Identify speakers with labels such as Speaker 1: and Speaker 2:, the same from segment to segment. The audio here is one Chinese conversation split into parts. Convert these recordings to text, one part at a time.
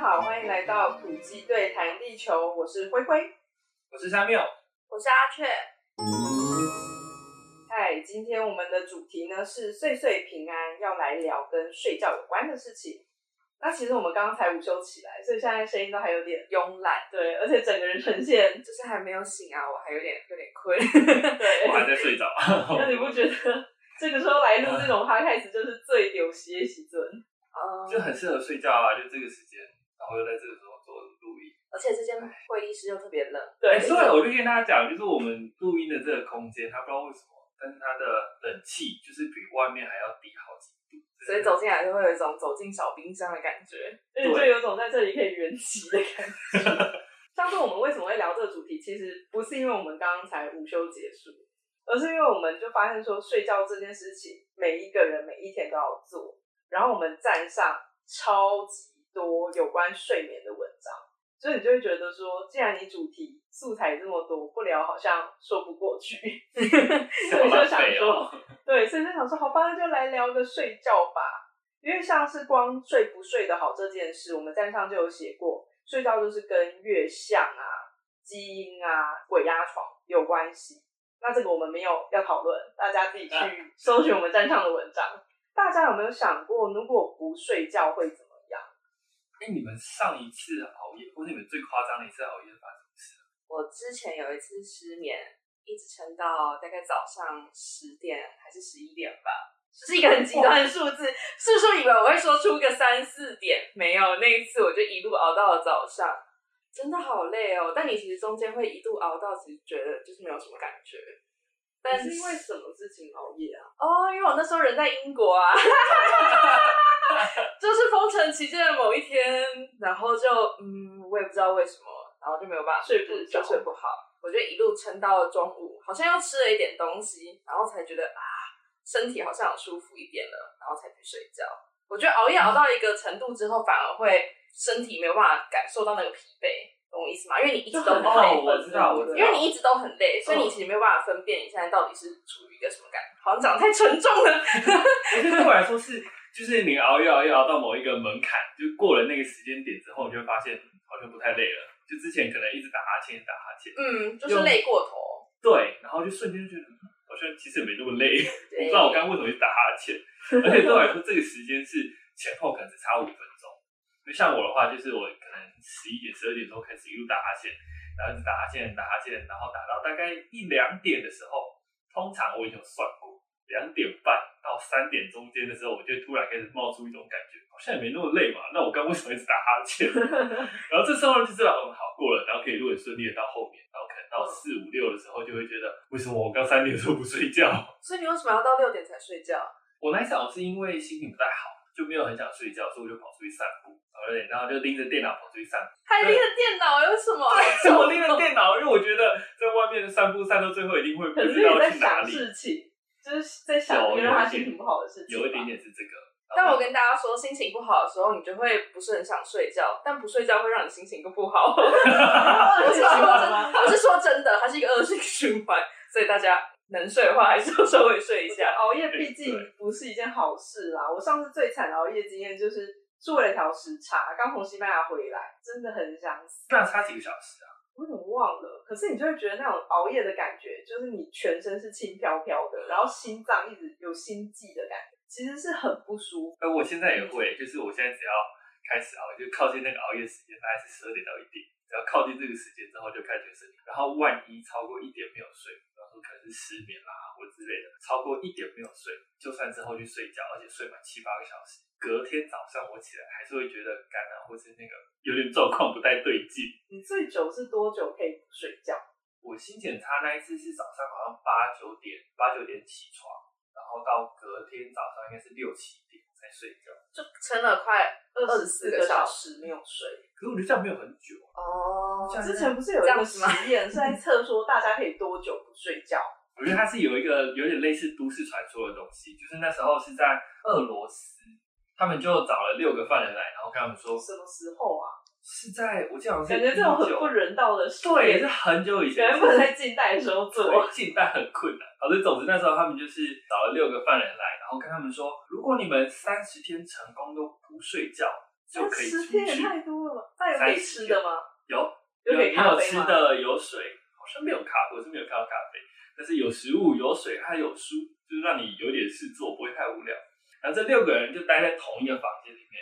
Speaker 1: 好，欢迎来到土鸡对谈地球，我是灰灰。
Speaker 2: 我是三妙，
Speaker 3: 我是阿雀，
Speaker 1: 嗨，今天我们的主题呢是岁岁平安，要来聊跟睡觉有关的事情。那其实我们刚刚才午休起来，所以现在声音都还有点
Speaker 3: 慵懒，
Speaker 1: 对，而且整个人呈现
Speaker 3: 就是还没有醒啊，我还有点有点困。
Speaker 1: 对，
Speaker 2: 我还在睡着。
Speaker 1: 那你不觉得这个时候来录这种
Speaker 3: 啊
Speaker 1: podcast 就是最流血的时阵？
Speaker 3: 嗯，
Speaker 2: 就很适合睡觉啊，就这个时间，然后又在这个时候做录音。
Speaker 3: 而且这间会议室又特别冷，
Speaker 1: 对
Speaker 2: 哎，所以我就跟大家讲，就是我们录音的这个空间，它不知道为什么，但是它的冷气就是比外面还要低好几度，
Speaker 3: 所以走进来就会有一种走进小冰箱的感觉。
Speaker 1: 而且就有种在这里可以圆寂的感觉。 上次我们为什么会聊这个主题，其实不是因为我们刚刚才午休结束，而是因为我们就发现说睡觉这件事情，每一个人每一天都要做。然后我们站上超级多有关睡眠的文章，所以你就会觉得说，既然你主题素材这么多，不聊好像说不过去， 所
Speaker 2: 好
Speaker 1: 以就
Speaker 2: 浪
Speaker 1: 想
Speaker 2: 费
Speaker 1: 说
Speaker 2: 哦。，
Speaker 1: 对，所以就想说，好吧，那就来聊个睡觉吧。因为像是光睡不睡得好这件事，我们站上就有写过，睡觉就是跟月相啊、基因啊、鬼压床有关系。那这个我们没有要讨论，大家自己去搜寻我们站上的文章。大家有没有想过，如果不睡觉会怎么样？
Speaker 2: 哎，你们上一次熬夜，或是你们最夸张的一次熬夜发生什 么事？
Speaker 3: 我之前有一次失眠，一直撑到大概早上十点还是十一点吧，就是一个很极端的数字。叔叔以为我会说出个三四点，没有，那一次我就一路熬到了早上，真的好累哦。但你其实中间会一度熬到，其实觉得就是没有什么感觉。但
Speaker 1: 你是因为什么事情熬夜啊？
Speaker 3: 哦，因为我那时候人在英国 啊，就是封城期间的某一天，然后就嗯，我也不知道为什么，然后就没有办法
Speaker 1: 睡不着
Speaker 3: 就睡不好。我就一路撑到了中午，好像又吃了一点东西，然后才觉得啊，身体好像有舒服一点了，然后才去睡觉。我觉得熬夜熬到一个程度之后，反而会身体没有办法感受到那个疲惫，懂我意思吗？因为你一直都很
Speaker 1: 很累
Speaker 3: 累
Speaker 2: 哦，我知道，我知道。嗯
Speaker 3: 因为你一直都很累，所以你其实没有办法分辨你现在到底是处于一个什么感觉。好像讲得太沉重了，
Speaker 2: 我觉得哎对我来说是，就是你熬夜熬夜熬到某一个门槛，就过了那个时间点之后，你就会发现嗯好像不太累了。就之前可能一直打哈欠，一直打哈欠，
Speaker 3: 嗯，就是累过头。
Speaker 2: 对，然后就瞬间就觉得嗯好像其实也没那么累。我不
Speaker 3: 对
Speaker 2: 知道我刚刚为什么一直打哈欠，而且对我来说，这个时间是前后可能只差五分钟。就像我的话，就是我可能十一点、十二点钟开始一路打哈欠，然后一直打哈欠、打哈欠，然后打到大概一两点的时候，通常我已经有算过，两点半到三点中间的时候，我就突然开始冒出一种感觉，好像也没那么累嘛。那我刚为什么一直打哈欠？ 然后这时候就知道，嗯，好过了，然后可以录很顺利的到后面，然后可能到四五六的时候，就会觉得为什么我刚三点的时候不睡觉？
Speaker 3: 所以你为什么要到六点才睡觉？
Speaker 2: 我那一场是因为心情不太好，就没有很想睡觉，所以我就跑出去散步，然后然后就拎着电脑跑出去散步。
Speaker 3: 还拎着电脑有什么？
Speaker 2: 我拎着电脑，因为我觉得在外面散步散到最后一定会不
Speaker 1: 可是
Speaker 2: 知
Speaker 1: 你
Speaker 2: 道
Speaker 1: 在
Speaker 2: 去哪
Speaker 1: 想
Speaker 2: 里，啊
Speaker 1: 事情，就是在想
Speaker 2: 有
Speaker 1: 因
Speaker 2: 有
Speaker 1: 为
Speaker 2: 一
Speaker 1: 他
Speaker 2: 点
Speaker 1: 心情不好的事情
Speaker 2: 有
Speaker 1: 吧，
Speaker 2: 一点点是这个。
Speaker 3: 但我跟大家说，心情不好的时候，你就会不是很想睡觉，但不睡觉会让你心情更不好。 我是说真
Speaker 1: 我
Speaker 3: 的，我是说真的，它是一个恶性循环。所以大家能睡的话，还是要稍微睡一
Speaker 1: 我觉得
Speaker 3: 下。
Speaker 1: 熬夜毕竟不是一件好事啦。我上次最惨的熬夜经验就是是为了调时差，刚从西班牙回来，真的很想死。
Speaker 2: 那差几个小时啊？
Speaker 1: 我怎么忘了？可是你就会觉得那种熬夜的感觉，就是你全身是轻飘飘的，然后心脏一直有心悸的感觉，其实是很不舒服。
Speaker 2: 那我现在也会，就是我现在只要开始熬，就靠近那个熬夜时间，大概是十二点到一点，只要靠近这个时间之后就开始生理。然后万一超过一点没有睡，比方说可能是失眠啦或之类的，超过一点没有睡，就算之后去睡觉，而且睡满七八个小时，隔天早上我起来还是会觉得干啊，或是那个有点状况不太对劲。
Speaker 1: 你最久是多久可以不睡觉？
Speaker 2: 我新检查那一次是早上好像八九点，八九点起床，然后到隔天早上应该是六七点才睡觉。
Speaker 3: 就撑了快
Speaker 1: 二十四
Speaker 3: 24
Speaker 1: 个
Speaker 3: 个
Speaker 1: 小
Speaker 3: 小
Speaker 1: 时没有睡。
Speaker 2: 可是我觉得这样没有很久啊。
Speaker 3: 哦
Speaker 2: 这样
Speaker 1: 之前不是有
Speaker 3: 这
Speaker 1: 一
Speaker 3: 样
Speaker 1: 个
Speaker 3: 子吗
Speaker 1: 实验是在测说大家可以多久不睡觉？
Speaker 2: 我觉得它是有一个有点类似都市传说的东西，就是那时候是在俄罗斯，他们就找了六个犯人来，然后跟他们说
Speaker 1: 什么时候啊？
Speaker 2: 是在我记得好像是
Speaker 1: 感觉这种很
Speaker 2: 19
Speaker 1: 不人道的实验
Speaker 2: 对，是很久以前的
Speaker 1: 感
Speaker 2: 事情，
Speaker 1: 觉不能在近代的时候做。
Speaker 2: 对近代很困难。好的，总之那时候他们就是找了六个犯人来，然后跟他们说，如果你们三十天成功都不睡觉，就可以出
Speaker 1: 十天也
Speaker 2: 去。
Speaker 1: 太多了吧？
Speaker 2: 哎
Speaker 1: 那有可以吃的吗？
Speaker 2: 有
Speaker 1: 有
Speaker 2: 有
Speaker 1: 给
Speaker 2: 也
Speaker 1: 咖
Speaker 2: 有
Speaker 1: 啡
Speaker 2: 吃
Speaker 1: 吗？
Speaker 2: 的，有水，好像没有咖啡，我是没有看到咖啡，但是有食物，有水，还有书，就是让你有点事做，不会太无聊。然后这六个人就待在同一个房间里面，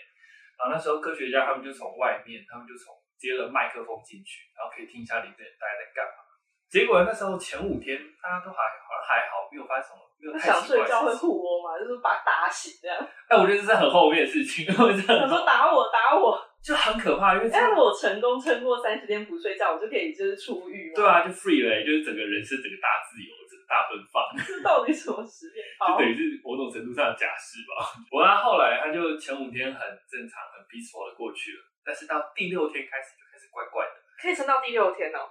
Speaker 2: 然后那时候科学家他们就从外面，他们就从接了麦克风进去，然后可以听一下里面大家在干嘛。结果那时候前五天大家都还好像还好，没有发生什么，没有
Speaker 1: 那
Speaker 2: 太
Speaker 1: 想
Speaker 2: 奇怪
Speaker 1: 睡
Speaker 2: 的
Speaker 1: 觉 会
Speaker 2: 事情。
Speaker 1: 互殴嘛，就是把他打醒这样。
Speaker 2: 哎，我觉得这是很后面的事情，我真的
Speaker 1: 他
Speaker 2: 很
Speaker 1: 说
Speaker 2: 后
Speaker 1: 打我打我，
Speaker 2: 就很可怕，因为这
Speaker 1: 但如果我成功撑过三十天不睡觉，我就可以就是出狱嘛。
Speaker 2: 对，啊，就 free 了、就是整个人生整个大自由，整个大奔放。
Speaker 1: 这到底什么实验？
Speaker 2: 就
Speaker 1: 好
Speaker 2: 等，于是某种程度上的假释吧。我他后来他就前五天很正常、很 peaceful 的过去了，但是到第六天开始就开始怪怪的，
Speaker 3: 可以撑到第六天哦，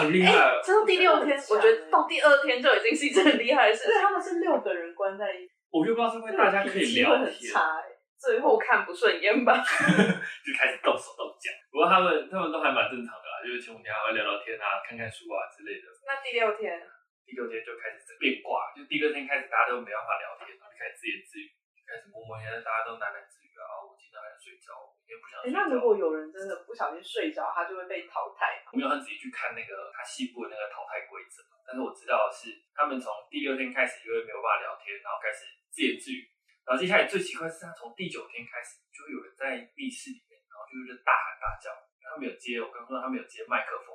Speaker 2: 很厉害哦了。
Speaker 3: 撑到第六天，
Speaker 1: 真
Speaker 3: 我
Speaker 1: 的很强
Speaker 3: 觉得到欸第二天就已经是一件很厉害的事
Speaker 1: 所以
Speaker 3: 情。
Speaker 1: 他们是六个人关在一起，
Speaker 2: 我就不知道是因为大家可
Speaker 1: 那个
Speaker 2: 以
Speaker 1: 脾气
Speaker 2: 聊
Speaker 1: 会很
Speaker 2: 天，
Speaker 1: 差、欸。最
Speaker 3: 互
Speaker 1: 后
Speaker 3: 看不顺眼 吧，
Speaker 2: 就开始动手动脚。不过他们他们都还蛮正常的啦，就是前五天还会聊聊天啊、看看书啊之类的。
Speaker 3: 那第六天，
Speaker 2: 第六天就开始变卦，就第六天开始大家都没办法聊天，然后就开始自言自语，就开始摸摸，现在大家都喃喃自语啊，我今天还想睡觉，我明天不想
Speaker 1: 哎、
Speaker 2: 睡觉。
Speaker 1: 那如果有人真的不小心睡着，他就会被淘汰嘛。
Speaker 2: 我没有很仔细去看那个他西部的那个淘汰规则，但是我知道的是他们从第六天开始就会没有办法聊天，然后开始自言自语，然后接下来最奇怪的是他从第九天开始就会有人在密室里面，然后就是大喊大叫，因为他没有接，我刚刚说他没有接麦克风，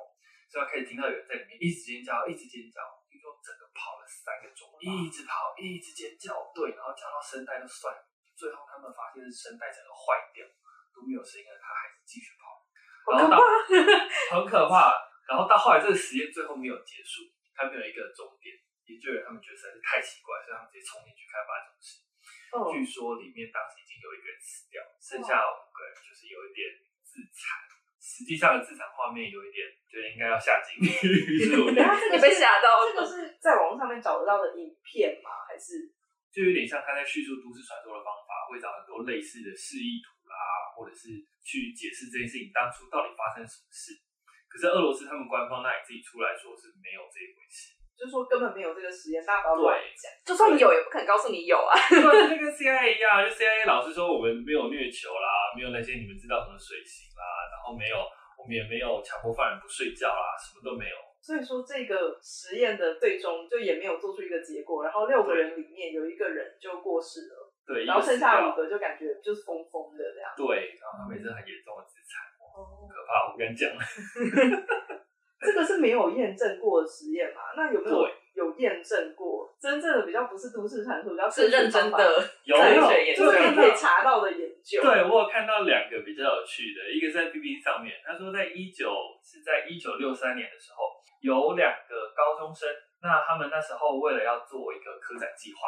Speaker 2: 所以他开始听到有人在里面一直尖叫，一直尖叫，听说整个跑了三个钟，
Speaker 3: 嗯
Speaker 2: 一直跑，一直尖叫，对，然后叫到声带都酸，最后他们发现是声带整个坏掉，都没有声音了，他还是继续跑。
Speaker 3: 好
Speaker 2: 然后
Speaker 3: 可怕
Speaker 2: 到很可怕。然后到后来，这个实验最后没有结束，它没有一个终点。研究人他们觉得实在是太奇怪，所以他们直接冲进去看发生什么事。
Speaker 1: 哦
Speaker 2: 据说里面当时已经有一个人死掉，剩下五个人就是有一点自残。实际上的自残画面有一点，觉得应该要下井狱，是我
Speaker 1: 等
Speaker 2: 觉 得
Speaker 1: 一下嗯这个
Speaker 3: 你被
Speaker 1: 是
Speaker 3: 吓到了
Speaker 1: 这个是在网络上面找得到的影片吗？还是
Speaker 2: 就有点像他在叙述都市传说的方法，会找很多类似的示意图啦，或者是去解释这件事情当初到底发生什么事。可是俄罗斯他们官方那里自己出来说是没有这一回事，
Speaker 1: 就是说根本没有这个实验，大家不要乱讲。
Speaker 3: 就算有也不肯告诉你有啊。
Speaker 2: 对啊，就跟 CIA 一样，就 CIA 老是说我们没有虐囚啦，没有那些你们知道什么水刑啦，然后没有我们也没有强迫犯人不睡觉啦，什么都没有。
Speaker 1: 所以说这个实验的最终就也没有做出一个结果，然后六个人里面有一个人就过世了，
Speaker 2: 对，
Speaker 1: 然后剩
Speaker 2: 一
Speaker 1: 下
Speaker 2: 个
Speaker 1: 五个就感觉就是疯疯的这样。
Speaker 2: 死掉对，然后他们也是很严重的自残，
Speaker 1: 哦，
Speaker 2: 可怕，我不敢 讲。
Speaker 1: 这个是没有验证过的实验嘛？那有没有
Speaker 2: 对
Speaker 1: 有验证过真正的比较不是都市传说，比较
Speaker 3: 是认真，的，
Speaker 2: 有
Speaker 3: 科
Speaker 2: 有
Speaker 3: 学研
Speaker 1: 就
Speaker 3: 究
Speaker 1: 是
Speaker 2: 对
Speaker 1: 你可以查到的研究。
Speaker 2: 对，我有看到两个比较有趣的，一个是在 PPT 上面，他说在一九是在一九六三年的时候，有两个高中生，那他们那时候为了要做一个科展计划，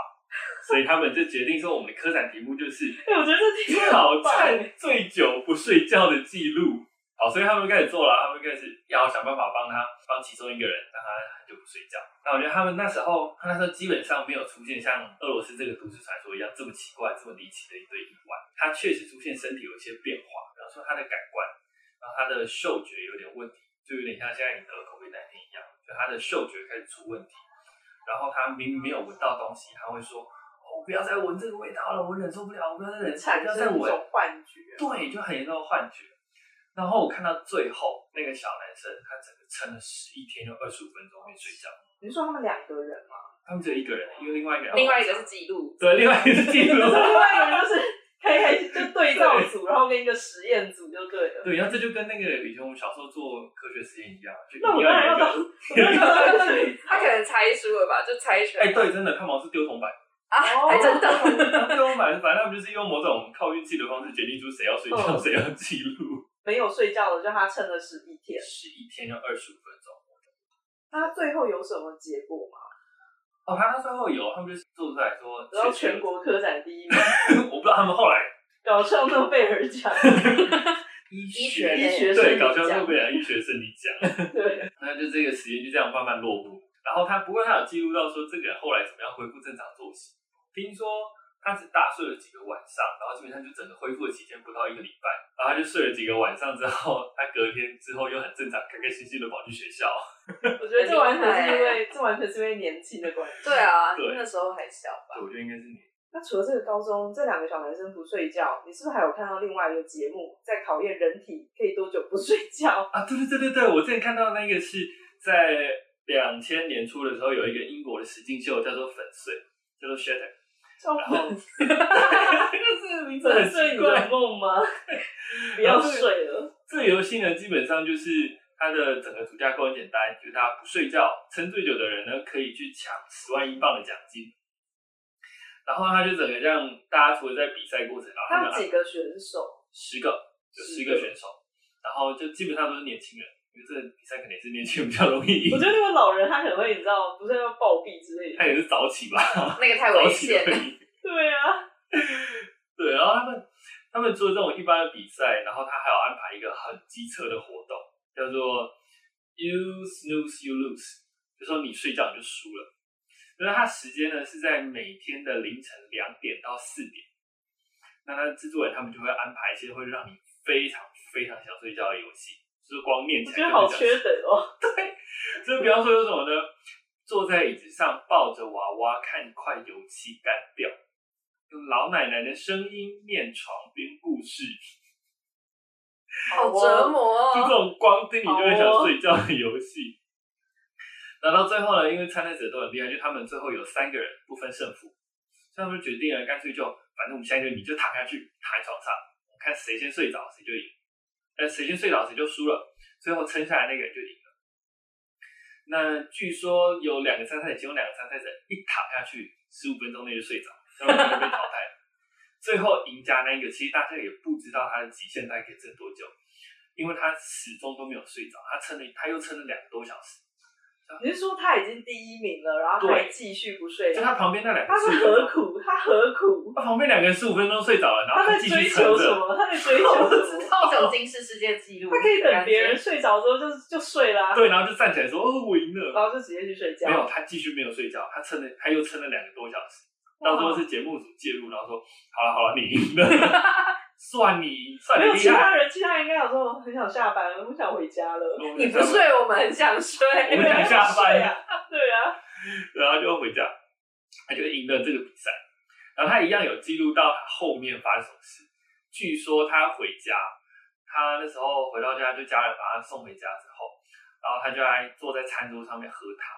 Speaker 2: 所以他们就决定说，我们的科展题目就是
Speaker 1: 哎，我觉 得这挺
Speaker 2: 挑
Speaker 1: 好棒。
Speaker 2: 战最久不睡觉的记录。好，所以他们开始做了，他们开始要想办法帮他帮其中一个人，让他很久不睡觉。那我觉得他们那时候，他那时候基本上没有出现像俄罗斯这个都市传说一样这么奇怪、这么离奇的一堆意外。他确实出现身体有一些变化，比方说他的感官，然后他的嗅觉有点问题，就有点像现在你得 COVID 1 9一样，就他的嗅觉开始出问题。然后他明明没有闻到东西，他会说：“哦，不要再闻这个味道了，我忍受不了，我不要再忍受，
Speaker 1: 产
Speaker 2: 不要再
Speaker 1: 生一
Speaker 2: 闻。”
Speaker 1: 种幻觉，
Speaker 2: 对，就很严重的幻觉。然后我看到最后那个小男生，他整个撑了十一天又二十五分钟没睡觉，
Speaker 1: 你说他们两个人吗？
Speaker 2: 他们只有一个人，因为另外一个人哦
Speaker 3: 另外一个是记录，
Speaker 2: 对，另外一个是记录
Speaker 1: 就。是另外一个人就是开开心就对照组，然后跟一个实验组就对 了。
Speaker 2: 对，然后这就跟那个以前我们小时候做科学实验一样，就
Speaker 1: 那我
Speaker 2: 一定
Speaker 1: 当然 要当
Speaker 2: 有一个
Speaker 3: 他可能猜输了吧，就猜拳。
Speaker 2: 哎，对，真的，他们好像是丢铜板，
Speaker 3: 啊，
Speaker 1: 哦
Speaker 3: 还真的。
Speaker 2: 丢铜板，反正他们就是用某种靠运气的方式决定出谁要睡觉，
Speaker 1: 嗯
Speaker 2: 谁要记录。
Speaker 1: 没有睡觉的，就他撑了十一天。
Speaker 2: 十一天要二十五分钟。
Speaker 1: 那他最后有什么结果吗？
Speaker 2: 哦，他到最后有，他们就是做出来说，
Speaker 1: 得到全，国科展第一名，
Speaker 2: 我不知道他们后来
Speaker 1: 搞上诺贝尔 奖。
Speaker 2: 医
Speaker 3: 学
Speaker 1: 医学生
Speaker 2: 对，
Speaker 1: 理
Speaker 2: 搞笑
Speaker 1: 奖
Speaker 2: 诺贝尔医学生理奖。
Speaker 1: 对，
Speaker 2: 那就这个实验就这样慢慢落幕。然后他不过他有记录到说，这个人后来怎么样恢复正常作息。听说他只大睡了几个晚上，然后基本上就整个恢复的期间不到一个礼拜，然后他就睡了几个晚上之后，他隔天之后又很正常，开开心心的跑去学校。
Speaker 1: 我觉得这完全是因为这完全是因为年轻的关系。
Speaker 3: 对，啊，
Speaker 2: 对
Speaker 3: 那时候还小吧。
Speaker 2: 对，我觉得应该是你
Speaker 1: 那除了这个高中这两个小男生不睡觉，你是不是还有看到另外一个节目在考验人体可以多久不睡觉？
Speaker 2: 啊，对对对对对，我之前看到那个是在两千年初的时候，有一个英国的实境秀叫做《粉碎》，叫做 Shatter。
Speaker 1: 超猛！就是你怎么睡你的梦吗？ 不要睡 了。
Speaker 2: 这个游戏呢，基本上就是它的整个主架构很简单，就是他不睡觉撑最久的人呢，可以去抢十万英镑的奖金。然后他就整个让大家除了在比赛过程，然后他
Speaker 1: 他
Speaker 2: 们啊
Speaker 1: 有几个选手？
Speaker 2: 十个有十个选手，然后就基本上都是年轻人，因为这个比赛肯定是年轻人比较容易赢
Speaker 1: 我觉，得那个老人他可能会，你知道，不是要暴毙之类的
Speaker 2: 他。也是早起吧，
Speaker 3: 那个太
Speaker 2: 早
Speaker 3: 危
Speaker 2: 起
Speaker 3: 险
Speaker 2: 的
Speaker 3: 了。
Speaker 2: 会赢。
Speaker 1: 对啊，
Speaker 2: 对，然后他们他们除了这种一般的比赛，然后他还有安排一个很机车的活动，叫做 “You snooze, you lose”，就说你睡觉你就输了。那它时间呢是在每天的凌晨两点到四点。那他制作人他们就会安排一些会让你非常非常想睡觉的游戏，就是光念起来就
Speaker 1: 我觉得
Speaker 2: 会
Speaker 1: 好
Speaker 2: 想
Speaker 1: 缺德哦。
Speaker 2: 就比方说有什么呢？坐在椅子上抱着娃娃看一块油漆干掉，用老奶奶的声音念床边故事，
Speaker 3: 好折。磨
Speaker 2: 就这
Speaker 3: 哦。
Speaker 2: 种光听你就会想睡觉的游戏。那到最后呢，因为参赛者都很厉害，就他们最后有三个人不分胜负，所以他们就决定了，干脆就反正我们现在就你就躺下去，躺在床上，看谁先睡着谁就赢，但谁先睡着谁就输了，最后撑下来那个人就赢了。那据说有两个参赛者，其中两个参赛者一躺下去十五分钟内就睡着，然后就被淘汰了。最后赢家那一个，其实大家也不知道他的极限大概可以撑多久，因为他始终都没有睡着，他撑了，他又撑了两个多小时。
Speaker 1: 你是说他已经第一名了，然后
Speaker 2: 对
Speaker 1: 还继续不睡
Speaker 2: 就
Speaker 1: 觉？
Speaker 2: 他旁边那两个
Speaker 1: 他
Speaker 2: 15
Speaker 1: 是
Speaker 2: 分钟
Speaker 1: 何苦？他何苦？
Speaker 2: 他旁边两个人十五分钟睡着了，然后
Speaker 1: 他在
Speaker 2: 继
Speaker 1: 追
Speaker 2: 续撑
Speaker 1: 求什
Speaker 2: 着。
Speaker 1: 么？他在追求什么？
Speaker 3: 这种金是世界纪录，
Speaker 1: 他可以等别人
Speaker 3: 感觉。
Speaker 1: 睡着之后就就睡啦、
Speaker 2: 对，然后就站起来说：“哦，我赢
Speaker 1: 然
Speaker 2: 了。
Speaker 1: 后就直接去睡”觉。
Speaker 2: 没有，他继续没有睡觉，他撑了，他又撑了两个多小时。到时候是节目组介入，然后说：“好了好了，你赢 了，算你算
Speaker 1: 没有
Speaker 2: 你
Speaker 1: 其
Speaker 2: 厉害。
Speaker 1: 他人，其他人应该有说很想下班，我想回家了。
Speaker 2: 我们
Speaker 3: 你
Speaker 2: 就
Speaker 3: 不
Speaker 2: 下班
Speaker 3: 睡，我们很想睡。
Speaker 2: 哦我们想下班
Speaker 1: 对啊， 对啊，
Speaker 2: 然后就回家，他就赢了这个比赛。然后他一样有记录到他后面发生什么事。据说他回家，他那时候回到家，就家人把他送回家之后，然后他就来坐在餐桌上面喝汤，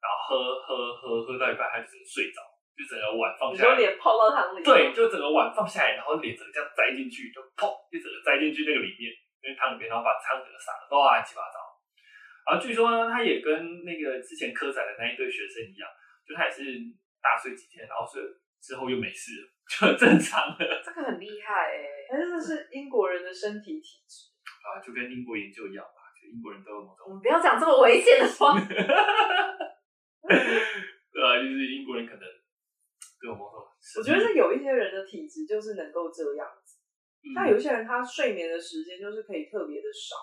Speaker 2: 然后喝喝喝喝到一半，他就整个睡着，就整个碗放
Speaker 1: 你
Speaker 2: 下
Speaker 1: 说
Speaker 2: 来，
Speaker 1: 脸泡到汤里，
Speaker 2: 对，，就整个碗放下来，然后脸整个这样栽进去，就砰，就整个栽进去那个里面，那个汤里面，然后把汤整个洒的乱七八糟。然后据说呢，他也跟那个之前科仔的那一对学生一样，就他也是大睡几天，然后睡之后又没事了，就很正常的，
Speaker 3: 这个很厉害哎。
Speaker 1: 哎，真的是英国人的身体体质。
Speaker 2: 啊，就跟英国研究一样吧，就英国人都有某
Speaker 3: 我
Speaker 2: 种，
Speaker 3: 们不要讲这么危险的 话。
Speaker 2: 呃，就是英国人可能都有某种，
Speaker 1: 我
Speaker 2: 嗯
Speaker 1: 觉得是有一些人的体质就是能够这样子，
Speaker 2: 嗯
Speaker 1: 那有一些人他睡眠的时间就是可以特别的少，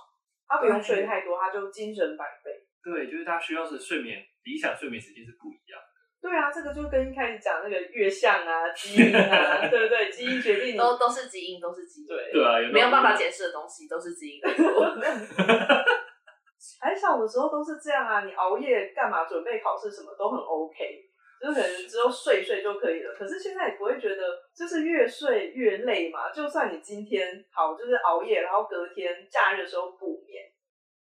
Speaker 1: 他不用睡太多，他就精神百倍。
Speaker 2: 对，就是他需要的睡眠理想睡眠时间是不一样的。
Speaker 1: 对啊，这个就跟一开始讲那个月相啊、基因啊，对不对？基因决定你。
Speaker 3: 都都是基因，都是基因，
Speaker 1: 对
Speaker 2: 对啊，有
Speaker 3: 没有办法
Speaker 2: 解。
Speaker 3: 解释的东西都是基 因的错。
Speaker 1: 还小哎的时候都是这样啊，你熬夜干嘛？准备考试什么都很 OK，就是可能只有睡睡就可以了。可是现在你不会觉得，就是越睡越累嘛？就算你今天好，就是熬夜，然后隔天假日的时候补眠，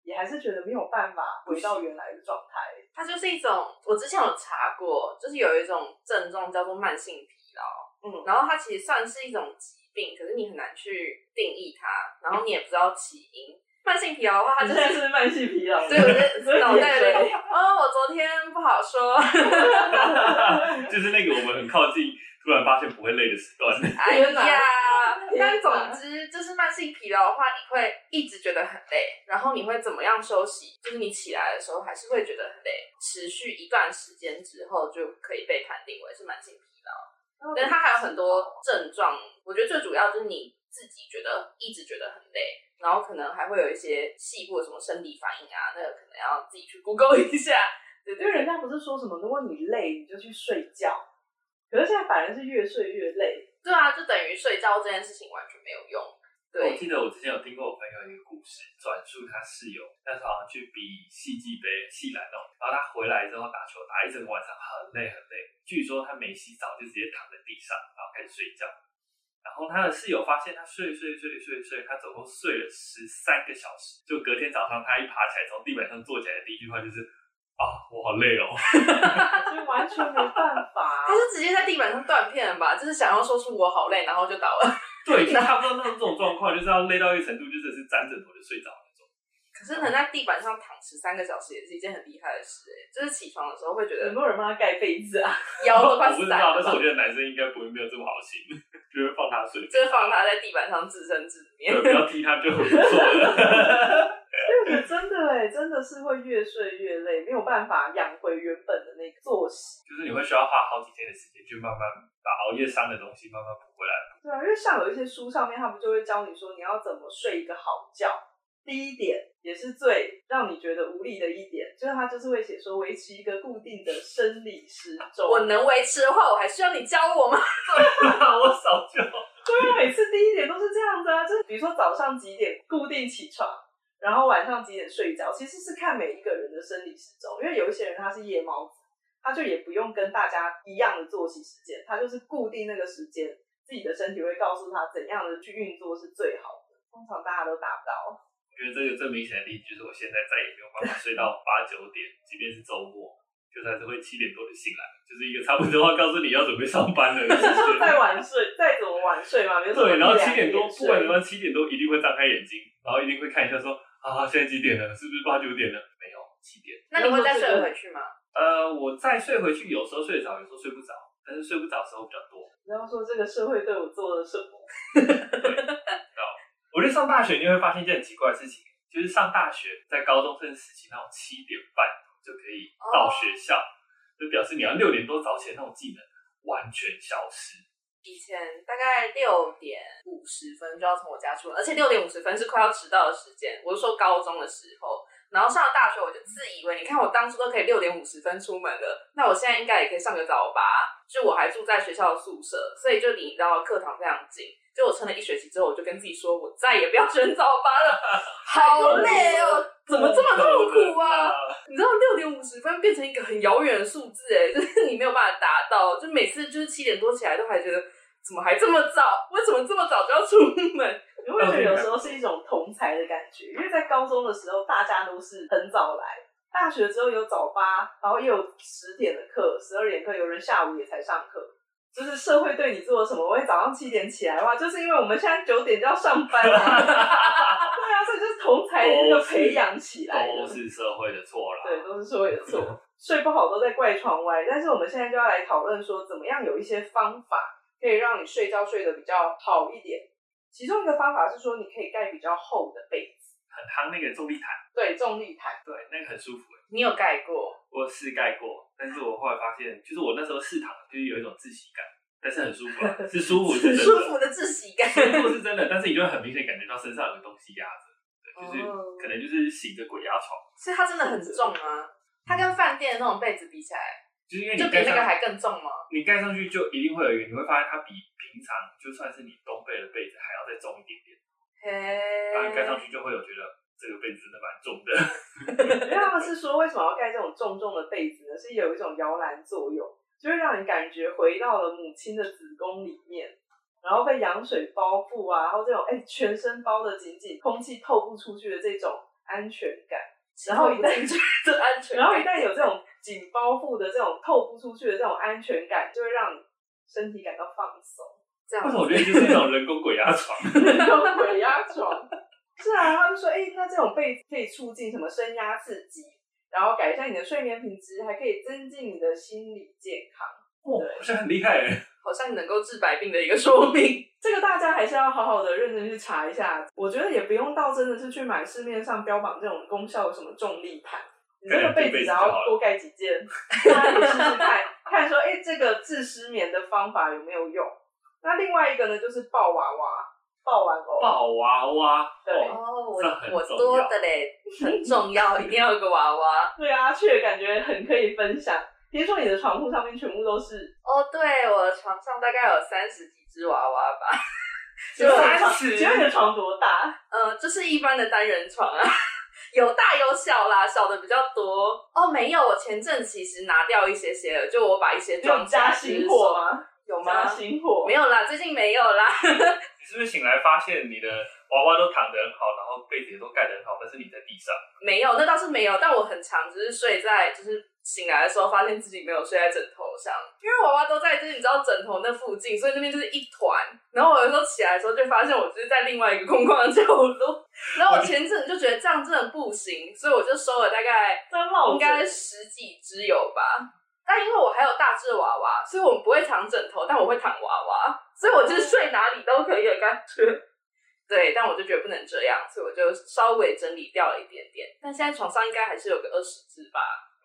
Speaker 1: 也还是觉得没有办法回到原来的状态。
Speaker 3: 它就是一种，我之前有查过，就是有一种症状叫做慢性疲劳，
Speaker 1: 嗯，
Speaker 3: 然后它其实算是一种疾病，可是你很难去定义它，然后你也不知道起因。慢性疲劳的话，它
Speaker 1: 他
Speaker 3: 就
Speaker 1: 现
Speaker 3: 是
Speaker 1: 在是慢性疲劳，
Speaker 3: 对，我
Speaker 1: 所
Speaker 3: 就
Speaker 1: 以
Speaker 3: 脑
Speaker 1: 你也
Speaker 3: 袋里
Speaker 1: 睡
Speaker 3: 哦，我昨天不好说，
Speaker 2: 就是那个我们很靠近，突然发现不会累的时段。
Speaker 3: 哎
Speaker 1: 天哪
Speaker 3: 呀， 但
Speaker 1: 天哪
Speaker 3: 总之就是慢性疲劳的话，你会一直觉得很累，然后你会怎么样休息？就是你起来的时候还是会觉得很累，持续一段时间之后就可以被判定为是慢性疲劳。但是它还有很多症状，我觉得最主要就是你自己觉得一直觉得很累。然后可能还会有一些细部的什么生理反应啊，那个可能要自己去 Google 一下。对
Speaker 1: 因
Speaker 3: 对
Speaker 1: 为人
Speaker 3: 对，
Speaker 1: 家不是说什么，如果你累你就去睡觉，可是现在反而是越睡越累。
Speaker 3: 对啊，就等于睡觉这件事情完全没有用。
Speaker 2: 我
Speaker 3: 对，
Speaker 2: 记得我之前有听过我朋友一个故事，转述他室友那时候好像去比戏剧杯、戏篮那种，然后他回来之后打球打一整个晚上，很累很累，据说他没洗澡就直接躺在地上，然后开始睡觉。然后他的室友发现他睡睡睡睡睡，他总共睡了十三个小时。就隔天早上他一爬起来，从地板上坐起来，第一句话就是啊，我好累哦。
Speaker 1: 所以完全没办法
Speaker 3: 他。
Speaker 1: 啊
Speaker 3: 是直接在地板上断片了吧？就是想要说出我好累，然后就倒了。
Speaker 2: 对，就差不多那种这种状况，就是要累到一个程度，就真的是沾枕头就睡着那种。
Speaker 3: 可是能在地板上躺十三个小时也是一件很厉害的事、欸，就是起床的时候会觉
Speaker 1: 有
Speaker 3: 得
Speaker 1: 没有人帮他盖被子啊？
Speaker 3: 腰都
Speaker 2: 我
Speaker 3: 快
Speaker 2: 不
Speaker 3: 散
Speaker 2: 知道，
Speaker 3: 了
Speaker 2: 但是
Speaker 3: 吧。
Speaker 2: 我觉得男生应该不会没有这么好心， 就会放他 睡。
Speaker 3: 就是放他在地板上自生自灭
Speaker 2: 对，。不要踢他就不错 了。
Speaker 1: 我觉得真的哎、真的是会越睡越累，没有办法养回原本的那个作息。
Speaker 2: 就是你会需要花好几天的时间去慢慢把熬夜伤的东西慢慢补回来。
Speaker 1: 对啊，因为像有一些书上面，他们就会教你说你要怎么睡一个好觉。第一点也是最让你觉得无力的一点，就是他就是会写说维持一个固定的生理时钟。
Speaker 3: 我能维持的话，我还需要你教我吗？
Speaker 2: 我早就
Speaker 1: 对啊，每次第一点都是这样子啊，就是比如说早上几点固定起床，然后晚上几点睡觉，其实是看每一个人的生理时钟，因为有一些人他是夜猫子，他就也不用跟大家一样的作息时间，他就是固定那个时间，自己的身体会告诉他怎样的去运作是最好的，通常大家都达 不到。
Speaker 2: 觉得这个最明显的例子就是我现在再也没有办法睡到八九点，即便是周末，就是还是会七点多就醒来，就是一个差不多要告诉你要准备上班了。
Speaker 1: 就是再晚睡，再怎么晚睡嘛，比如说
Speaker 2: 对，然后
Speaker 1: 一两
Speaker 2: 七点多，不
Speaker 1: 睡
Speaker 2: 管怎么样，七点多一定会张开眼睛，然后一定会看一下说啊，现在几点了？是不是八九点了？没有，七点。
Speaker 3: 那你会再睡回去吗？
Speaker 2: 呃，我再睡回去，有时候睡得着，有时候睡不着，但是睡不着的时候比较多。
Speaker 1: 然后说这个社会对我做了什么，
Speaker 2: 我觉得上大学你会发现一件很奇怪的事情，就是上大学在高中生时期那种七点半就可以到学校，就表示你要六点多早起的那种技能完全消失。
Speaker 3: 以前大概六点五十分就要从我家出门，而且六点五十分是快要迟到的时间。我是说高中的时候，然后上了大学，我就自以为，你看我当初都可以六点五十分出门了，那我现在应该也可以上个早八。就我还住在学校的宿舍，所以就离到课堂非常近。就我撑了一学期之后，我就跟自己说，我再也不要 选早八了，好累哦，怎么这么痛苦啊？你知道六点五十分变成一个很遥远的数字，哎， 就是你没有办法达到，就每次就是七点多起来都还觉得怎么还这么早，为什么这么早就要出门？
Speaker 1: 因
Speaker 2: 哦
Speaker 1: 为我觉得有时候是一种同才的感觉，因为在高中的时候大家都是很早来，大学之后有早八，然后又有十点的课、十二点课，有人下午也才上课。就是社会对你做了什么？我会早上七点起来的话，就是因为我们现在九点就要上班了、 对啊，所以就是同才的那个培养起来的
Speaker 2: 都是社会的错啦。
Speaker 1: 对，都是说有错，睡不好都在怪床歪。但是我们现在就要来讨论说，怎么样有一些方法可以让你睡觉睡得比较好一点。其中一个方法是说，你可以盖比较厚的被子，
Speaker 2: 很夯那个重力毯，
Speaker 1: 对，重力毯。
Speaker 2: 对，那个很舒服。
Speaker 3: 你有盖过？
Speaker 2: 我有试盖过，但是我后来发现，就是我那时候试躺，就是有一种窒息感，但是很舒服、啊，是舒服，是真
Speaker 3: 很
Speaker 2: 的
Speaker 3: 舒服的窒息感。
Speaker 2: 舒服是真的，但是你就会很明显感觉到身上有个东西压着，对， 就是、
Speaker 3: 哦
Speaker 2: 可能就是醒着鬼压床，
Speaker 3: 所以它真的很重吗？它跟饭店的那种被子比起来，
Speaker 2: 就是因为你
Speaker 3: 就比
Speaker 2: 盖
Speaker 3: 那
Speaker 2: 上
Speaker 3: 个还更重吗？
Speaker 2: 你盖上去就一定会有一个，你会发现它比平常就算是你东被的被子还要再重一点点，然后你盖上
Speaker 3: 嘿，
Speaker 2: 去就会有觉得这个被子真的蛮重的，
Speaker 1: 因为他们是说，为什么要盖这种重重的被子呢？是有一种摇篮作用，就会让你感觉回到了母亲的子宫里面，然后被羊水包覆啊，然后这种哎、全身包得紧紧，空气透不出去的这种安全感。然后一旦
Speaker 3: 进去就安全感，
Speaker 1: 然后一旦有这种紧包覆的这种透不出去的这种安全感，就会让你身体感到放松，
Speaker 3: 这样
Speaker 2: 但
Speaker 3: 子
Speaker 2: 是我觉得就是那种人工鬼压床，
Speaker 1: 有鬼压床。是啊，他就说，哎、那这种被子可以促进什么升压刺激，然后改善你的睡眠品质，还可以增进你的心理健康。
Speaker 2: 哇，好像很厉害耶，
Speaker 3: 好像能够治百病的一个说明。
Speaker 1: 这个大家还是要好好的认真去查一下，我觉得也不用到真的是去买市面上标榜这种功效有什么重力毯，你这个被子只要多盖几件，大家可以试试看，看说哎、诶这个治失眠的方法有没有用。那另外一个呢，就是抱娃娃、抱玩偶，
Speaker 2: 抱娃娃，
Speaker 1: 对
Speaker 2: 哦
Speaker 3: 哦，我
Speaker 2: 这很重要
Speaker 3: 我多的嘞，很重要，一定要有个娃娃。
Speaker 1: 对啊，却感觉很可以分享。听说你的床铺上面全部都是，
Speaker 3: 哦，对，我的床上大概有三十几只娃娃吧。
Speaker 1: 请问你的
Speaker 2: 三
Speaker 1: 床
Speaker 2: 十
Speaker 1: 请问你的床多大？
Speaker 3: 呃，就是一般的单人床啊， 有大有小啦，小的比较多。哦，没有，我前阵其实拿掉一些些了，就我把一些
Speaker 1: 有
Speaker 3: 庄
Speaker 1: 加
Speaker 3: 稼
Speaker 1: 薪火
Speaker 3: 吗？
Speaker 1: 吗？
Speaker 3: 有
Speaker 1: 加
Speaker 3: 吗？
Speaker 1: 薪火
Speaker 3: 没有啦，最近没有啦。
Speaker 2: 你是不是醒来发现你的娃娃都躺得很好，然后被子也都盖得很好，但是你在地上？
Speaker 3: 没有，那倒是没有，但我很常只是睡在，就是醒来的时候发现自己没有睡在枕头上，因为娃娃都在，就是你知道枕头那附近，所以那边就是一团。然后我有时候起来的时候就发现我就是在另外一个空旷的角落。 然后我前阵就觉得这样真的不行，所以我就收了大概
Speaker 1: 在冒
Speaker 3: 应该十几只有吧。但因为我还有大只娃娃，所以我们不会躺枕头，但我会躺娃娃，所以我就是睡哪里都可以的感觉。 对，但我就觉得不能这样，所以我就稍微整理掉了一点点。但现在床上应该还是有个二十只吧。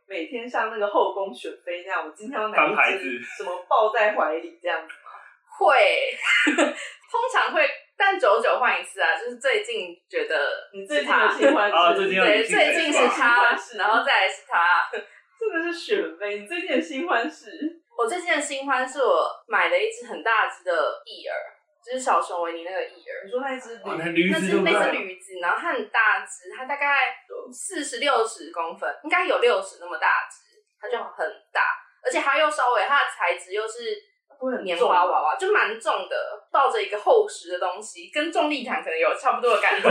Speaker 1: 每天像那个后宫选妃那样，我今天要
Speaker 2: 翻
Speaker 1: 哪
Speaker 2: 牌
Speaker 1: 一
Speaker 2: 子
Speaker 1: 只什么抱在怀里这样子吗？
Speaker 3: 会， 通常会，但久久换一次啊。就是最近觉得
Speaker 1: 你最近
Speaker 3: 是
Speaker 1: 有
Speaker 3: 他
Speaker 1: 喜欢
Speaker 2: 啊
Speaker 1: 是
Speaker 2: 最近有
Speaker 3: 对，
Speaker 2: 女性
Speaker 3: 最近是他，然后再来是他。
Speaker 1: 这个是选妃，你最近的新欢是
Speaker 3: 我最近的新欢是我买了一只很大只的翼耳，就是小熊维尼那个翼耳。
Speaker 1: 你说那一只
Speaker 2: 哇，
Speaker 1: 驴
Speaker 2: 那驴
Speaker 3: 那
Speaker 2: 子
Speaker 3: 是
Speaker 2: 对不
Speaker 3: 那是
Speaker 2: 对？
Speaker 3: 驴子，然后它很大只，它大概四十六十公分，应该有六十那么大只，它就很大，而且它又稍微它的材质又是
Speaker 1: 不会很重
Speaker 3: 棉花娃娃，就蛮重的，抱着一个厚实的东西，跟重力毯可能有差不多的感觉，